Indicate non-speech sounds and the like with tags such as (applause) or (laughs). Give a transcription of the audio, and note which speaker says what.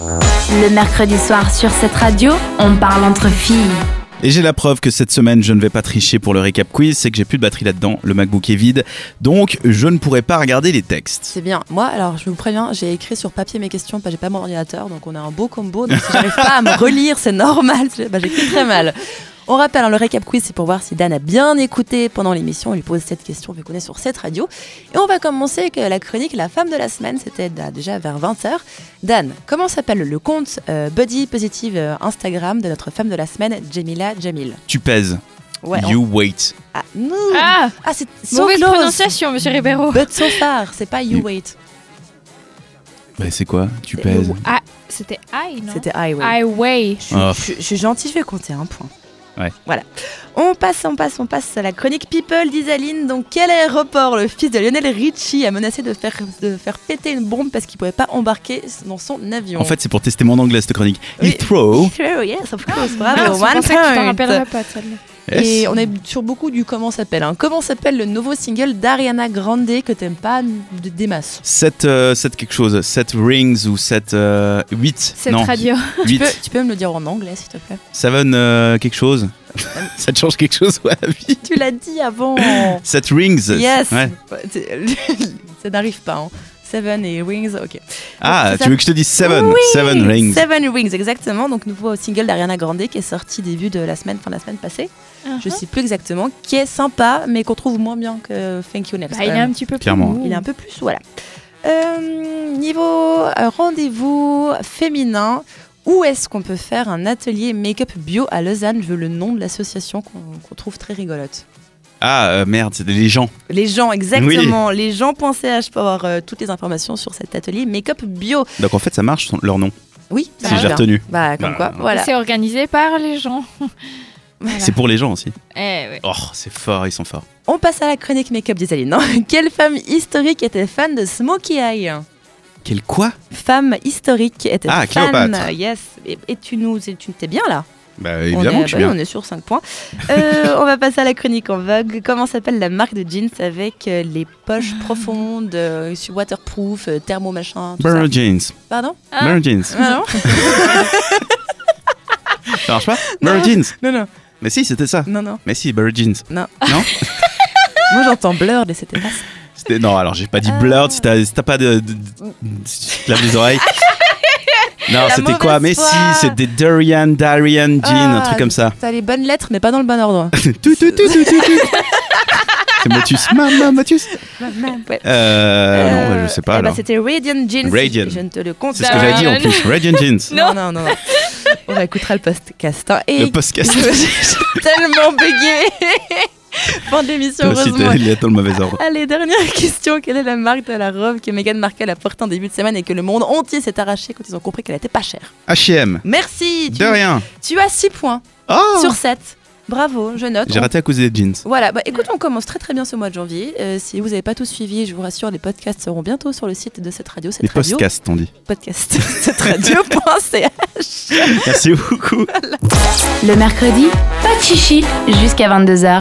Speaker 1: Le mercredi soir sur cette radio, on parle entre filles.
Speaker 2: Et j'ai la preuve que cette semaine, je ne vais pas tricher pour le récap quiz, c'est que j'ai plus de batterie là-dedans, le MacBook est vide, donc je ne pourrai pas regarder les textes.
Speaker 3: C'est bien. Moi, alors, je vous préviens, j'ai écrit sur papier mes questions, bah, j'ai pas mon ordinateur, donc on a un beau combo. Donc si j'arrive pas à me relire, c'est normal, (laughs) bah, j'écris très mal. On rappelle, hein, le récap quiz, c'est pour voir si Dan a bien écouté pendant l'émission. On lui pose cette question vu qu'on est sur cette radio. Et on va commencer avec euh, la chronique La femme de la semaine. C'était euh, déjà vers 20h. Dan, comment s'appelle le compte euh, Buddy Positive euh, Instagram de notre femme de la semaine, Jamila Jamil
Speaker 2: Tu pèses,
Speaker 3: Ouais. on-
Speaker 2: you wait.
Speaker 3: Ah, mm.
Speaker 4: Ah
Speaker 3: Ah, c'est so
Speaker 4: (laughs) Mauvaise
Speaker 3: close.
Speaker 4: prononciation, monsieur Ribeiro.
Speaker 3: But so far, c'est pas You Wait.
Speaker 2: Bah, c'est quoi Tu
Speaker 3: C'est
Speaker 2: pèses
Speaker 3: you-
Speaker 4: Ah, c'était I, non
Speaker 3: C'était I Wait.
Speaker 4: I way.
Speaker 3: Je,
Speaker 2: Oh.
Speaker 3: je- je suis gentille, je vais compter un point.
Speaker 2: Ouais.
Speaker 3: Voilà. On passe, on passe, on passe à la chronique People d'Isaline. Donc, quel aéroport le fils de Lionel Richie a menacé de faire, de faire péter une bombe parce qu'il pouvait pas embarquer dans son avion
Speaker 2: En fait, oh. c'est pour tester mon anglais, cette chronique.
Speaker 3: Oui.
Speaker 2: Heathrow.
Speaker 3: Heathrow, yes, of course.
Speaker 4: Ah,
Speaker 3: Bravo,
Speaker 4: c'est
Speaker 3: one
Speaker 4: pour ça que tu t'en rappelleras
Speaker 3: point.
Speaker 4: pas, celle-là.
Speaker 3: Et
Speaker 2: Yes.
Speaker 3: on est sur beaucoup du comment s'appelle. hein. Comment s'appelle le nouveau single d'Ariana Grande que t'aimes pas de- des masses
Speaker 2: 7, euh, 7 quelque chose, 7 rings ou 7, 8,
Speaker 4: Cette
Speaker 2: non, (laughs)
Speaker 4: radio.
Speaker 2: 8,
Speaker 3: tu peux, tu peux me le dire en anglais, s'il te plaît
Speaker 2: 7 euh, quelque chose. (laughs) Ça te change quelque chose, ouais, la vie.
Speaker 3: Tu l'as dit avant
Speaker 2: 7 rings.
Speaker 3: Yes
Speaker 2: Ouais.
Speaker 3: C'est- (laughs) Ça n'arrive pas. hein. Seven et Wings, ok.
Speaker 2: Ah,
Speaker 3: c'est
Speaker 2: tu
Speaker 3: ça.
Speaker 2: veux que je te dise 7
Speaker 3: Oui,
Speaker 2: 7 rings.
Speaker 3: Seven Wings, exactement. Donc, nouveau single d'Ariana Grande qui est sorti début de la semaine, fin de la semaine passée.
Speaker 4: Ah. Uh-huh.
Speaker 3: Je sais plus exactement. Qui est sympa, mais qu'on trouve moins bien que Thank You Next.
Speaker 4: Bah, il est
Speaker 3: Time.
Speaker 4: un petit peu plus
Speaker 2: Clairement.
Speaker 4: mou.
Speaker 3: Il est un peu plus, voilà. Euh, niveau euh, rendez-vous féminin, où est-ce qu'on peut faire un atelier make-up bio à Lausanne Je veux le nom de l'association qu'on qu'on trouve très rigolote.
Speaker 2: Ah, euh, merde, c'était les gens.
Speaker 3: Les gens, exactement. Les gens.ch pour avoir euh, toutes les informations sur cet atelier make-up bio.
Speaker 2: Donc en fait, ça marche son- leur nom,
Speaker 3: Oui, ça
Speaker 2: si
Speaker 3: marche
Speaker 2: j'ai
Speaker 3: bien.
Speaker 2: retenu.
Speaker 3: Bah, comme
Speaker 2: Bah,
Speaker 3: quoi,
Speaker 2: ouais.
Speaker 3: voilà.
Speaker 4: C'est organisé par les gens. (laughs) Voilà.
Speaker 2: C'est pour les gens aussi.
Speaker 4: Eh, ouais.
Speaker 2: Oh, c'est fort, ils sont forts.
Speaker 3: On passe à la chronique make-up d'Isaline. non (laughs) Quelle femme historique était fan de Smokey Eye
Speaker 2: Quel quoi
Speaker 3: Femme historique était
Speaker 2: Ah,
Speaker 3: fan.
Speaker 2: Cléopâtre.
Speaker 3: Yes. Et, et tu nous, tu t'es bien là.
Speaker 2: Bah
Speaker 3: on
Speaker 2: évidemment que
Speaker 3: est,
Speaker 2: je suis
Speaker 3: bah oui,
Speaker 2: bien.
Speaker 3: on est sur 5 points. Euh, on va passer à la chronique en vogue. Comment s'appelle la marque de jeans avec euh, les poches profondes, euh, waterproof, euh, thermo machin, tout ça
Speaker 2: Burr jeans.
Speaker 3: Pardon
Speaker 4: Ah.
Speaker 2: Burr jeans.
Speaker 3: Ah,
Speaker 2: Ça marche pas Burr jeans.
Speaker 3: Non, non,
Speaker 2: Mais si, c'était ça.
Speaker 3: non, non.
Speaker 2: Mais si, Burr jeans.
Speaker 3: Moi j'entends blur, mais c'était pas ça.
Speaker 2: C'était- Non, alors j'ai pas dit
Speaker 3: Ah.
Speaker 2: blurred si t'as si t'as pas de. de- de- si tu te laves les oreilles. Non,
Speaker 3: La
Speaker 2: c'était quoi
Speaker 3: mauvaise
Speaker 2: Mais
Speaker 3: foi.
Speaker 2: si, c'est des Durian, Darian Jean, un
Speaker 3: Ah,
Speaker 2: truc comme ça.
Speaker 3: T'as les bonnes lettres, mais pas dans le bon ordre.
Speaker 2: tout, tout, tout, tout, tout, tout. C'est Motus. Maman, Motus.
Speaker 4: Bah,
Speaker 3: Ouais.
Speaker 2: Euh. Non, bah, je sais pas
Speaker 3: eh ben,
Speaker 2: alors.
Speaker 3: C'était Radiant Jeans.
Speaker 2: Radiant.
Speaker 3: Je, je ne te le compte.
Speaker 2: C'est ce que j'avais dit en plus. Radian Jeans.
Speaker 3: Non, non, non. non. On écoutera le podcast. hein.
Speaker 2: Le
Speaker 3: Et
Speaker 2: podcast.
Speaker 3: j'ai tellement bugué. (laughs) fin de l'émission,
Speaker 2: Toi aussi,
Speaker 3: heureusement.
Speaker 2: t'es lié dans le mauvais ordre.
Speaker 3: Allez, dernière question. Quelle est la marque de la robe que Meghan Markle a portée en début de semaine et que le monde entier s'est arraché quand ils ont compris qu'elle était pas chère
Speaker 2: HM.
Speaker 3: Merci tu,
Speaker 2: De rien.
Speaker 3: tu as 6 points
Speaker 2: Oh
Speaker 3: sur 7. Bravo, je note.
Speaker 2: J'ai
Speaker 3: On-
Speaker 2: raté à cause des jeans.
Speaker 3: Voilà, bah, écoute, on commence très très bien ce mois de janvier. Euh, si vous n'avez pas tous suivi, je vous rassure, les podcasts seront bientôt sur le site de cette radio. Cette
Speaker 2: Les
Speaker 3: radio,
Speaker 2: podcasts, on dit.
Speaker 3: podcast, (laughs) cette radio.ch.
Speaker 2: Merci beaucoup.
Speaker 1: Le mercredi, pas de chichi jusqu'à 22h.